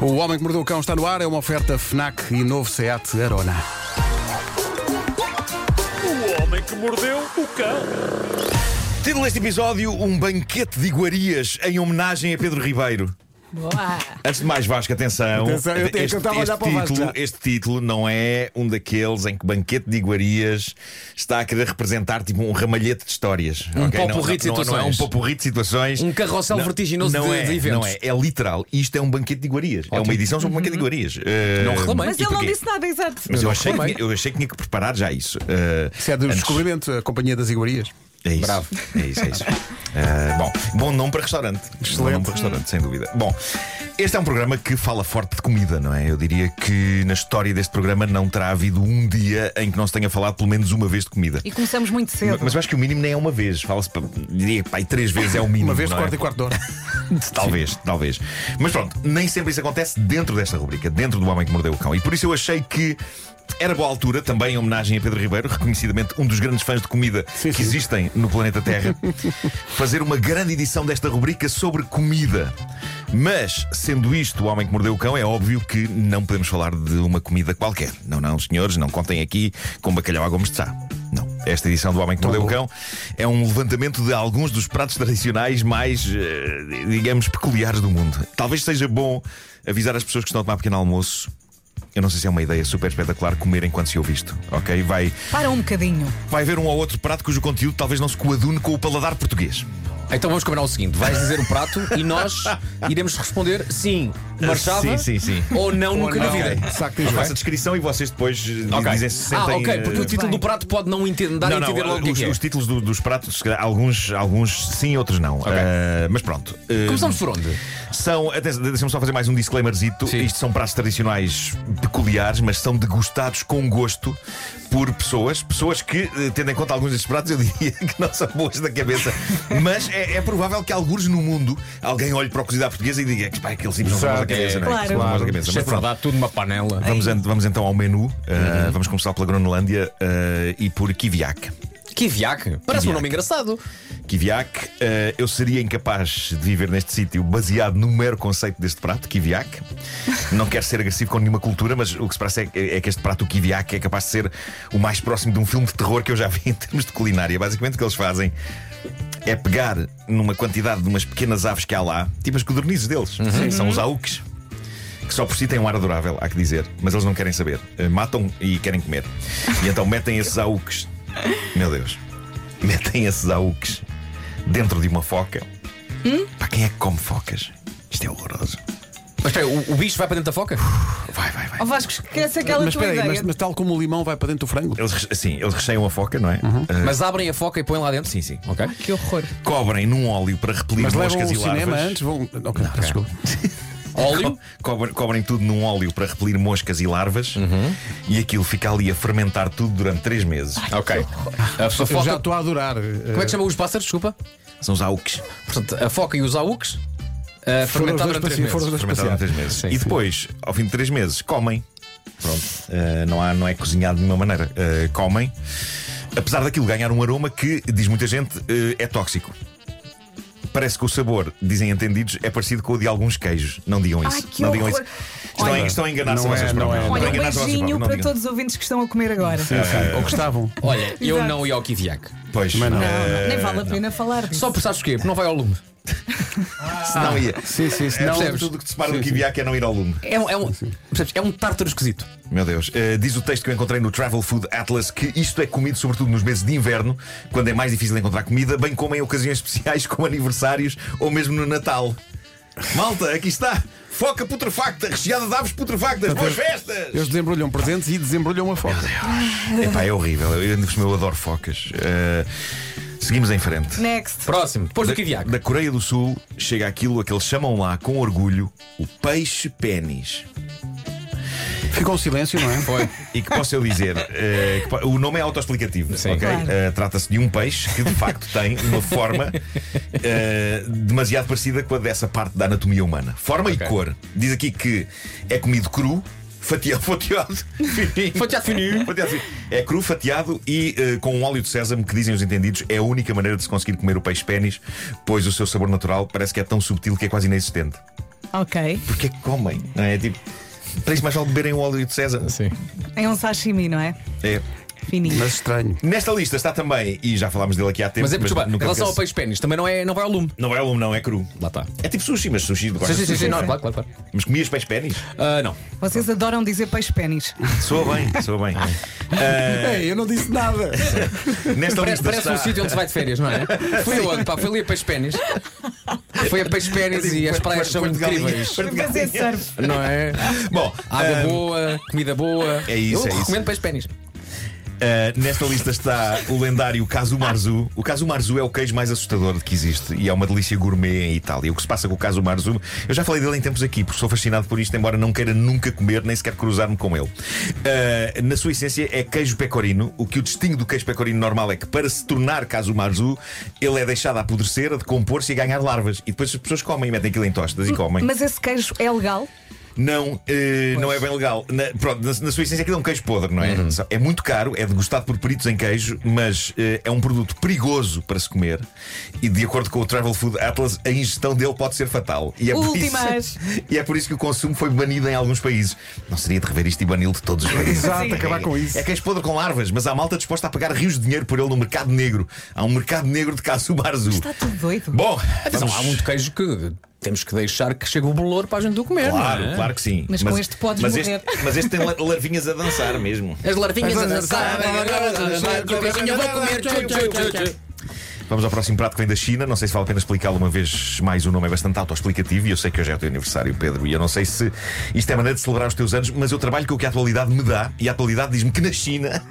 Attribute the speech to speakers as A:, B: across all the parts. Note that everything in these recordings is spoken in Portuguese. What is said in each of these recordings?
A: O Homem que Mordeu o Cão está no ar, é uma oferta FNAC e novo SEAT Arona.
B: O homem que mordeu o cão.
C: Título deste episódio: Um banquete de iguarias em homenagem a Pedro Ribeiro.
D: Boa!
C: Antes de mais, Vasco, atenção.
A: Atenção, eu tenho-
C: este,
A: eu estava a olhar
C: este
A: para o Vasco
C: título,
A: já.
C: este título não é um daqueles em que banquete de iguarias está a querer representar tipo um ramalhete de histórias. Um
E: popurrí de
C: não, não, não é um
E: situações.
C: popurrí de situações.
E: Um carrossel
C: Não,
E: vertiginoso
C: não
E: de-
C: é,
E: de eventos. Uhum.
C: Não é, é literal. Isto é um banquete de iguarias. É uma edição sobre um banquete de iguarias.
E: Não
C: Eh,
E: reclamei.
D: Mas
C: E
D: ele não
C: porquê?
D: disse nada, exato.
C: Mas eu
E: não
C: achei, que,
E: reclamei.
C: tinha- eu achei que tinha que preparar já isso. Eh,
A: Isso é do
C: antes-
A: descobrimento, a Companhia das Iguarias.
C: É isso.
A: Bravo.
C: É isso, é isso. Ah, bom, bom nome para restaurante. Excelente. Bom nome para restaurante, sem dúvida. Bom, este é um programa que fala forte de comida, não é? Eu diria que na história deste programa não terá havido um dia em que não se tenha falado pelo menos uma vez de comida.
D: E começamos muito cedo.
C: Mas eu acho que o mínimo nem é uma vez. Fala-se, pa- diria, pai, três vezes é o mínimo.
A: Uma vez de
C: não é?
A: quarto e quarto de hora.
C: Talvez, talvez. Mas pronto, nem sempre isso acontece dentro desta rubrica, dentro do Homem que Mordeu o Cão. E por isso eu achei que era boa altura, também em homenagem a Pedro Ribeiro, reconhecidamente um dos grandes fãs de comida que existem no planeta Terra, fazer uma grande edição desta rubrica sobre comida. Mas, sendo isto o Homem que Mordeu o Cão, é óbvio que não podemos falar de uma comida qualquer. Não, não, senhores, não contem aqui com bacalhau a gomes de sá. Não. Esta edição do Homem que Mordeu o Cão é um levantamento de alguns dos pratos tradicionais mais, eh, digamos, peculiares do mundo. Talvez seja bom avisar as pessoas que estão a tomar pequeno almoço. Eu não sei se é uma ideia super espetacular comer enquanto se ouve isto, ok? Vai,
D: Para um bocadinho.
C: vai haver um ou outro prato cujo conteúdo talvez não se coadune com o paladar português.
E: Então vamos combinar o seguinte: vais dizer o prato e nós iremos responder sim,
C: Sim,
E: marchava
C: sim, sim.
E: ou não nunca na vida.
A: Ok, Saco de
C: Eu
A: enjoar.
C: faço a descrição e vocês depois eh,
E: Ok.
C: dizem se
E: Ah,
C: sentem.
E: ok, porque
C: eh,
E: o título do prato pode não entender, dar a entender logo o que é
C: os,
E: que é.
C: os títulos do- dos pratos, se calhar, alguns, alguns sim, outros não. Eh, mas pronto. Eh,
E: Começamos por onde?
C: São, atenção, deixa-me só fazer mais um disclaimerzito.
E: Sim.
C: Isto são pratos tradicionais peculiares, mas são degustados com gosto por pessoas. Pessoas que, eh, tendo em conta alguns destes pratos, eu diria que não são boas da cabeça. mas é, é provável que, alguns no mundo, alguém olhe para a cozida portuguesa e diga "É que pá, aqueles tipos não são bons da cabeça, não é?
D: Claro.
C: Aqueles não são bons da cabeça." Mas pronto.
E: dá tudo numa panela.
C: Vamos, an- vamos então ao menu. Uh, Vamos começar pela Gronolândia uh, e por Kiviak.
E: Kiviak. Parece um nome engraçado.
C: Kiviak, uh, eu seria incapaz de viver neste sítio baseado no mero conceito deste prato, Kiviak. Não quero ser agressivo com nenhuma cultura, mas o que se parece é, que- é que este prato, o Kiviak, é capaz de ser o mais próximo de um filme de terror que eu já vi em termos de culinária. Basicamente o que eles fazem é pegar numa quantidade de umas pequenas aves que há lá, tipo as codornizes deles, são os auques. que só por si têm um ar adorável, há que dizer, mas eles não querem saber. Eh, Matam e querem comer. E então metem esses auques. Meu Deus. Metem esses auques dentro de uma foca. Para quem é que come focas? Isto é horroroso.
E: Mas espera, o, o bicho vai para dentro da foca?
C: Vai, vai, vai.
D: Ó Vasco, esquece aquela
A: Mas
D: tua
A: espera aí,
D: ideia.
A: mas, mas tal como o limão vai para dentro do frango.
C: Eles, re- assim, eles recheiam a foca, não é?
A: Uhum.
C: Eh,
E: Mas abrem a foca e põem lá dentro?
C: Sim, sim.
E: Ok.
D: Que horror.
C: Cobrem num óleo para repelir
A: Mas levam
C: moscas
A: ao
C: e
A: cinema
C: larvas.
A: antes, vão. Ok, peço desculpa.
E: Óleo.
C: Co- cobrem, cobrem tudo num óleo para repelir moscas e larvas
A: Uhum.
C: e aquilo fica ali a fermentar tudo durante três meses.
E: Ok. A pessoa
A: Eu
E: foca.
A: já estou a adorar. eh,
E: Como é que chama os pássaros? Desculpa.
C: São os auques.
E: Portanto, a foca e os auques uh, fermentaram durante três meses.
C: Fermentaram três meses.
E: Sim,
C: e
E: sim.
C: depois, ao fim de três meses, comem. Pronto. Uh, não, há, não é cozinhado de nenhuma maneira. Uh, comem. Apesar daquilo ganhar um aroma que, diz muita gente, uh, é tóxico. Parece que o sabor, dizem entendidos, é parecido com o de alguns queijos. Não digam isso.
D: Ai, que
C: não digam isso.
D: horror.
C: Estão, a-
D: Olha,
C: estão a enganar-se
A: não é,
C: vocês
A: não
C: próprios.
A: é, não
C: Estão a
D: Olha, um
C: enganar-se vocês
D: beijinho
C: próprios, não
D: para
C: digam.
D: todos os ouvintes que estão a comer agora.
A: Sim, sim.
C: Ah,
A: Ou gostavam.
E: Olha, eu
D: Exato.
E: não ia ao Kiviak.
C: Pois,
A: Mas não.
C: uh,
D: Não, não, nem vale a pena falar disso.
E: Só por sabes porquê? Porque não vai ao lume.
C: não ia.
A: Sim, sim,
C: É,
A: senão.
E: percebes?
C: tudo que te separa do Kibiak é não ir ao lume.
E: É um, é um, percebes? É um tártaro esquisito.
C: Meu Deus, Eh, diz o texto que eu encontrei no Travel Food Atlas que isto é comido sobretudo nos meses de inverno, quando é mais difícil encontrar comida, bem como em ocasiões especiais como aniversários ou mesmo no Natal. Malta, aqui está! Foca putrefacta, recheada de aves putrefactas, boas festas!
A: Eles desembrulham presentes e desembrulham a foto.
C: Epá, é horrível, eu, ainda por cima eu adoro focas. Eh, seguimos em frente.
D: Next.
E: Próximo, depois do Kiviak.
C: Da Coreia do Sul chega aquilo a que eles chamam lá com orgulho o peixe pênis.
A: Ficou um silêncio, não é?
E: Foi.
C: E que posso eu dizer, eh, que po- o nome é autoexplicativo,
E: Sim.
C: ok?
D: Claro.
C: Eh, Trata-se de um peixe que de facto tem uma forma eh, demasiado parecida com a dessa parte da anatomia humana. Forma e
E: Ok.
C: cor. Diz aqui que é comido cru, fatiado, fatiado, fininho.
E: Fatiado fininho.
C: Fatiado fininho. É cru, fatiado e eh, com um óleo de sésamo que dizem os entendidos é a única maneira de se conseguir comer o peixe pênis, pois o seu sabor natural parece que é tão subtil que é quase inexistente.
D: Ok.
C: Porque é que comem? Não é tipo. Para isso mais vale beberem o óleo de César.
E: Sim.
D: É um sashimi, não é?
C: É.
D: Fininho.
A: Mas estranho.
C: Nesta lista está também, e já falámos dele aqui há tempo.
E: Mas é porque, desculpa, em
C: nunca
E: relação ao
C: fiquei-
E: peixe pênis, também não, é, não vai ao lume.
C: Não é lume, não, é cru.
E: Lá está.
C: É tipo sushi, mas sushi de
E: Sim,
C: gosto.
E: sim, sim, sim, não, claro, claro, claro.
C: Mas comias peixe pênis?
E: Ah, não.
D: Vocês adoram dizer peixe pênis.
C: Soa bem, soa bem.
A: Ei, eu não disse nada.
C: Nesta
E: Parece,
C: lista
E: parece
C: está.
E: um sítio onde se vai de férias, não é? Foi onde, pá? Foi ali a peixe pênis. Foi a peixe pênis e as praias são
C: Portugal-
E: incríveis.
C: Portugal-
D: Fazer surf.
E: Não é?
C: Bom,
E: Água
C: ah,
E: boa, comida boa.
C: É isso,
E: Eu
C: é isso.
E: recomendo peixe pênis.
C: Uh, nesta lista está o lendário Casu Marzu. O Casu Marzu é o queijo mais assustador de que existe e é uma delícia gourmet em Itália. O que se passa com o Casu Marzu, eu já falei dele em tempos aqui, porque sou fascinado por isto, embora não queira nunca comer, nem sequer cruzar-me com ele. Uh, na sua essência é queijo pecorino. O que o distingue do queijo pecorino normal é que para se tornar Casu Marzu, ele é deixado a apodrecer, a decompor-se e a ganhar larvas. E depois as pessoas comem e metem aquilo em tostas e comem.
D: Mas esse queijo é legal?
C: Não, eh, não é bem legal. Na, pronto, na, na sua essência, aquilo é um queijo podre, não é?
A: Uhum.
C: Só- É muito caro, é degustado por peritos em queijo, mas eh, é um produto perigoso para se comer. E de acordo com o Travel Food Atlas, a ingestão dele pode ser fatal. E é, por isso,
D: Últimas.
C: e é por isso que o consumo foi banido em alguns países. Não seria de rever isto e bani-lo de todos os países.
A: Exato, acabar com isso.
C: É queijo podre com larvas, mas há malta disposta a pagar rios de dinheiro por ele no mercado negro. Há um mercado negro de casu barzu.
D: Está tudo doido.
C: Bom,
E: Atenção, há
C: vamos-
E: muito queijo que temos que deixar que chegue o bolor para a gente o comer.
C: Claro,
E: não é?
C: claro que sim.
D: Mas com este podes
C: mas
D: morrer.
C: Este, mas este tem la- larvinhas a dançar mesmo.
E: As larvinhas a dançar.
A: Mas
C: Vamos ao próximo prato que vem da China. Não sei se vale a pena explicá-lo uma vez mais. O nome é bastante autoexplicativo e eu sei que hoje é o teu aniversário, Pedro. E eu não sei se isto é maneira de celebrar os teus anos, mas eu trabalho com o que a atualidade me dá e a atualidade diz-me que na China,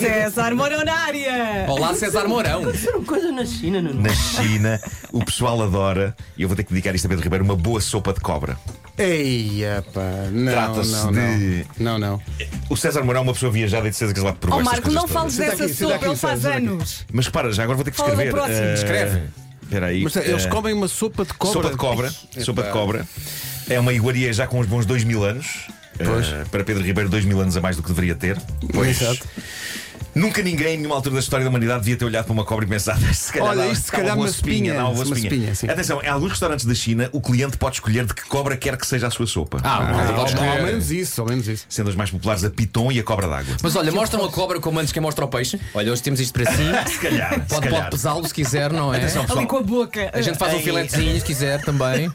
D: César Moronária!
E: Olá, César Mourão.
F: Aconteceram coisas na China, Nuno.
C: na China, o pessoal adora, e eu vou ter que dedicar isto a Pedro Ribeiro, uma boa sopa de cobra.
A: Ei, epá, não,
C: Trata-se
A: não,
C: de-
A: não. Não, não.
C: O César Mourão é uma pessoa viajada e de certeza que lá por
D: Ó
C: estas
D: Oh, Marco,
C: coisas
D: não
C: todas.
D: fales
A: Senta
D: dessa
A: aqui, senta
D: sopa,
A: aqui,
D: ele
A: César,
D: faz
A: senta aqui.
D: anos.
C: Mas para, já agora vou ter que
D: Fala no
C: escrever.
D: próximo.
C: Eh,
E: Escreve.
C: Espera aí.
A: Mas é, eles
C: eh,
A: comem uma sopa de cobra.
C: Sopa de cobra. Sopa de cobra. É uma iguaria já com uns bons dois mil anos.
A: Pois.
C: Eh, para Pedro Ribeiro, dois mil anos a mais do que deveria ter.
A: Pois. Exato.
C: Nunca ninguém, em nenhuma altura da história da humanidade, devia ter olhado para uma cobra e pensado, se calhar
A: Olha,
C: dá-
A: isto se
C: dá
A: calhar
C: uma
A: uma espinha,
C: dá uma
A: uma
C: espinha.
A: espinha, sim.
C: Atenção, em alguns restaurantes da China, o cliente pode escolher de que cobra quer que seja a sua sopa. é?
E: Ah,
A: Ao,
E: podes
A: ao
E: comer.
A: menos isso, ao menos isso.
C: Sendo as mais populares a piton e a cobra d'água.
E: Mas olha, mostram a cobra como antes quem mostra o peixe. Olha, hoje temos isto para si.
C: Se calhar, se
E: Pode, pode
C: calhar.
E: pesá-lo se quiser, não é?
C: Atenção, pessoal.
D: Ali com a boca.
E: A gente faz um
C: Ei.
E: filetezinho se quiser também.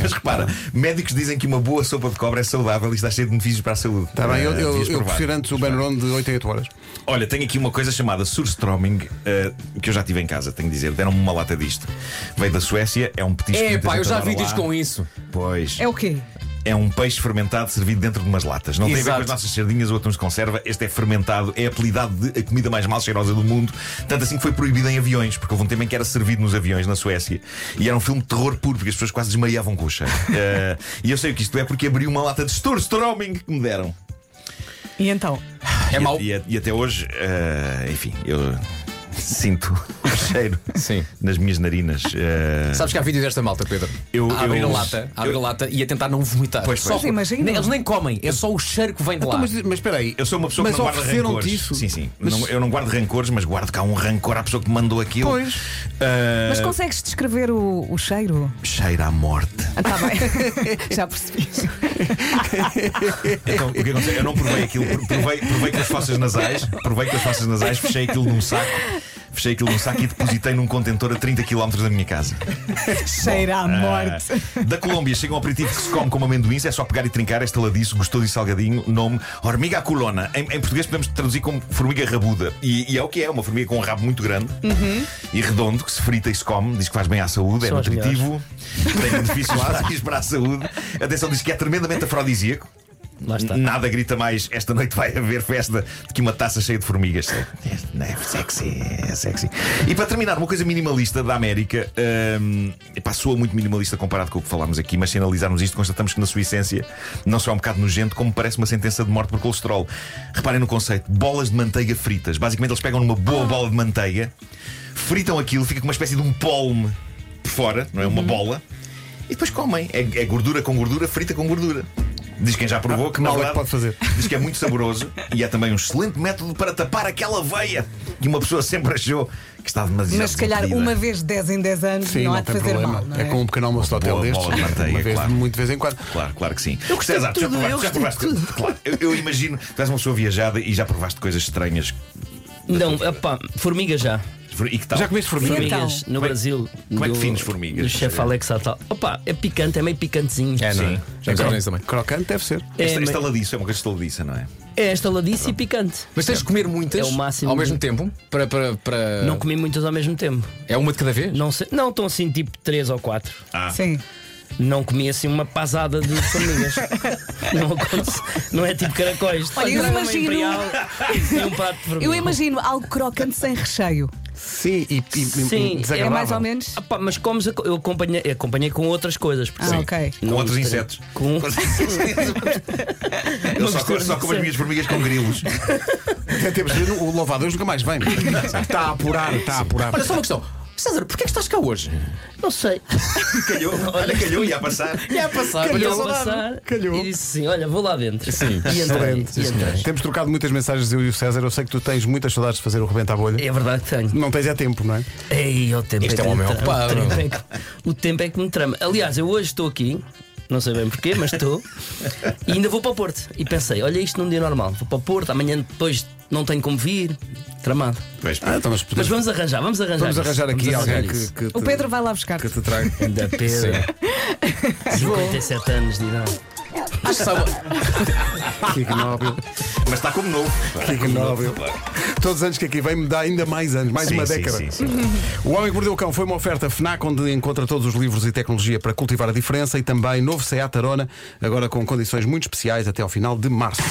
C: Mas repara, médicos dizem que uma boa sopa de cobra é saudável e está cheia de benefícios para a saúde.
A: Está Tá bem, eu,
C: Eh,
A: eu,
C: devias
A: eu
C: provar.
A: prefiro antes o Benron de 8 a 8 horas.
C: Olha, tenho aqui uma coisa chamada surströmming eh, que eu já tive em casa, tenho de dizer. Deram-me uma lata disto. Veio da Suécia, é um petisco. que
E: É,
C: muita
E: pá, eu
C: gente
E: já
C: adora
E: vi vídeos
C: lá.
E: com isso.
C: Pois.
D: É o quê?
C: É um peixe fermentado servido dentro de umas latas. Não tem a ver
E: Exato.
C: com as nossas sardinhas ou atuns de conserva. Este é fermentado, é apelidado de a comida mais mal cheirosa do mundo. Tanto assim que foi proibido em aviões, porque houve um tempo em que era servido nos aviões na Suécia. E era um filme de terror puro, porque as pessoas quase desmaiavam com o cheiro. Eh, e eu sei o que isto é porque abri uma lata de Surströmming que me deram.
D: E então?
E: É
C: E-
E: mau.
C: E, e até hoje, eh, enfim, eu sinto o cheiro
E: Sim.
C: nas minhas narinas. eh,
E: Sabes que há vídeos desta malta, Pedro?
C: Eu-
E: a abrir
C: eu-
E: a lata, a abrir
C: eu-
E: a lata e a tentar não vomitar.
C: Pois, pois.
E: Só-
D: Mas imagina.
E: nem- Eles nem comem, é só o cheiro que vem de lá.
A: Então, mas, mas espera aí.
C: eu sou uma pessoa
A: mas
C: que não guarda
A: ofereceram
C: rancores.
A: te isso.
C: Sim, sim.
A: Mas,
C: Não- eu não guardo rancores, mas guardo cá um rancor à pessoa que me mandou aquilo.
A: Pois.
C: Eh,
D: Mas consegues descrever o, o cheiro?
C: Cheira à morte.
D: Ah, tá bem. Já percebi.
C: Então, o que aconteceu? Eu não provei aquilo. Pro- Provei, provei com as fossas nasais. Provei com as fossas nasais, fechei aquilo num saco. Fechei aquilo num saco e depositei num contentor a 30 km da minha casa.
D: Cheira à
A: é,
D: morte.
C: Ah, Da Colômbia chega um aperitivo que se come como amendoins, é só pegar e trincar, esta ladiço, gostoso e salgadinho, nome Hormiga à Colona. Em, em português podemos traduzir como formiga rabuda. E, e é o que é, uma formiga com um rabo muito grande
D: Uhum.
C: e redondo, que se frita e se come, diz que faz bem à saúde, é nutritivo, tem benefícios claros para a saúde. Atenção, diz que é tremendamente afrodisíaco. Nada grita mais esta noite vai haver festa do que uma taça cheia de formigas. É, não é sexy, é sexy. E para terminar, uma coisa minimalista da América, hum, epá, soa muito minimalista comparado com o que falámos aqui, mas se analisarmos isto, constatamos que na sua essência não só é um bocado nojento, como parece uma sentença de morte por colesterol. Reparem no conceito: bolas de manteiga fritas. Basicamente, eles pegam numa boa bola de manteiga, fritam aquilo, fica com uma espécie de um polme por fora, não é? Uma bola. E depois comem. É, é gordura com gordura, frita com gordura. Diz quem já provou que na
A: Mal é que
C: verdade,
A: pode fazer.
C: Diz que é muito saboroso e é também um excelente método para tapar aquela veia que uma pessoa sempre achou que está demasiado.
D: Mas se calhar
C: desabrida.
D: uma vez 10 em 10 anos
A: né? Sim,
D: não
A: não,
D: há de
A: tem
D: fazer
A: problema.
D: mal. Não é?
A: é? com um pequeno almoço de hotel
C: Boa
A: destes.
C: bola de manteiga,
A: uma vez,
C: claro.
A: muito de vez em quando.
C: Claro, claro que sim. Eu gostei César,
D: de
C: já
D: tudo,
C: provaste,
D: eu
C: já provaste.
D: gostei de tudo.
C: Claro, eu, eu imagino, tu és uma pessoa viajada e já provaste coisas estranhas.
F: Não, opá, formiga já.
C: E que tal?
A: Já comeste formiga?
D: Sim.
F: Formigas no
C: Como é-
F: Brasil.
C: como é que
F: do-
C: defines formigas?
F: Do chefe Alex Atal. Opa, é picante, é meio picantezinho.
E: É, não é?
C: Sim.
E: Já
F: Então-
E: então, também.
A: Crocante deve ser.
F: É,
C: Esta,
F: mas-
C: esta ladiça é uma coisa estaladiça, não é?
F: É estaladice e picante.
E: Mas tens de comer muitas
F: É o máximo
E: ao mesmo
F: de-
E: tempo? Para, para, para...
F: Não comi muitas ao mesmo tempo.
E: É uma de cada vez?
F: Não sei, não estão assim tipo 3 ou 4.
C: Ah,
D: Sim.
F: Não comi assim uma pasada de formigas. não, acontece- não é tipo caracóis.
D: Olha, eu
F: Traga uma
D: imagino-
F: imperial e um prato de formiga.
D: Eu imagino algo crocante sem recheio.
A: Sim, e, e- e
F: Sim, é
D: É
A: desagradável.
D: mais ou menos.
F: Ah, pá, mas comes, a co- eu acompanhei, acompanhei com outras coisas. porque
D: Ah,
F: sim,
D: ok.
C: Com
F: não
C: outros
F: gostaria-
C: insetos.
F: Com,
C: eu
F: Não
C: só,
F: gostaria
C: eu só
F: de
C: como as
F: ser.
C: minhas formigas com grilos.
A: Até temos de ver, o louvado Deus nunca mais vem. Está a apurar, está a apurar.
E: Olha só uma questão. César, porquê é que estás cá hoje?
F: não sei.
C: calhou, olha, calhou, ia passar.
E: É a passar.
F: Calhou
E: olha só.
F: então, passar
A: Calhou.
F: E disse assim: Olha, vou lá dentro. Sim, e entrei. e entrei.
A: Temos trocado muitas mensagens, eu e o César. Eu sei que tu tens muitas saudades de fazer o rebento à bolha.
F: É verdade que tenho.
A: Não tens é tempo, não é?
F: Ei, o tempo
E: Este
F: é
E: é um homem
F: que me trama,
E: ocupado.
F: O tempo, é que, o tempo é que me trama. Aliás, eu hoje estou aqui, não sei bem porquê, mas estou, e ainda vou para o Porto. E pensei: olha, isto num dia normal, vou para o Porto, amanhã depois não tenho como vir, tramado.
C: Pois,
A: Ah, então, mas,
F: Mas vamos arranjar, vamos arranjar.
A: vamos arranjar
F: isso.
A: aqui
F: Vamos
A: alguém
F: arranjar
A: que,
F: isso.
A: que te,
D: O Pedro vai lá buscar.
A: que te traga.
F: Ainda Pedro, 57 anos de idade.
A: Que ignóbil.
C: mas está como novo.
A: Que ignóbil. Todos os anos que aqui vem me dá ainda mais anos, mais
C: Sim,
A: uma
C: sim,
A: década.
C: sim, sim.
A: O Homem que Mordeu o Cão foi uma oferta FNAC onde encontra todos os livros e tecnologia para cultivar a diferença e também novo Seat Arona, agora com condições muito especiais até ao final de março.